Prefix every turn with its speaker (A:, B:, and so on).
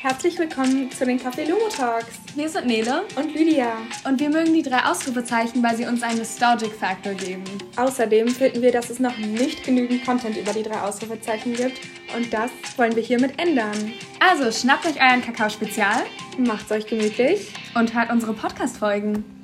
A: Herzlich willkommen zu den Café Lomo Talks
B: Wir sind Nele
A: und Lydia.
B: und wir mögen die drei Ausrufezeichen, weil sie uns einen Nostalgic Factor geben.
A: Außerdem finden wir, dass es noch nicht genügend Content über die drei Ausrufezeichen gibt und das wollen wir hiermit ändern.
B: Also schnappt euch euren Kakao-Spezial
A: Macht's euch gemütlich.
B: und hört unsere Podcast-Folgen.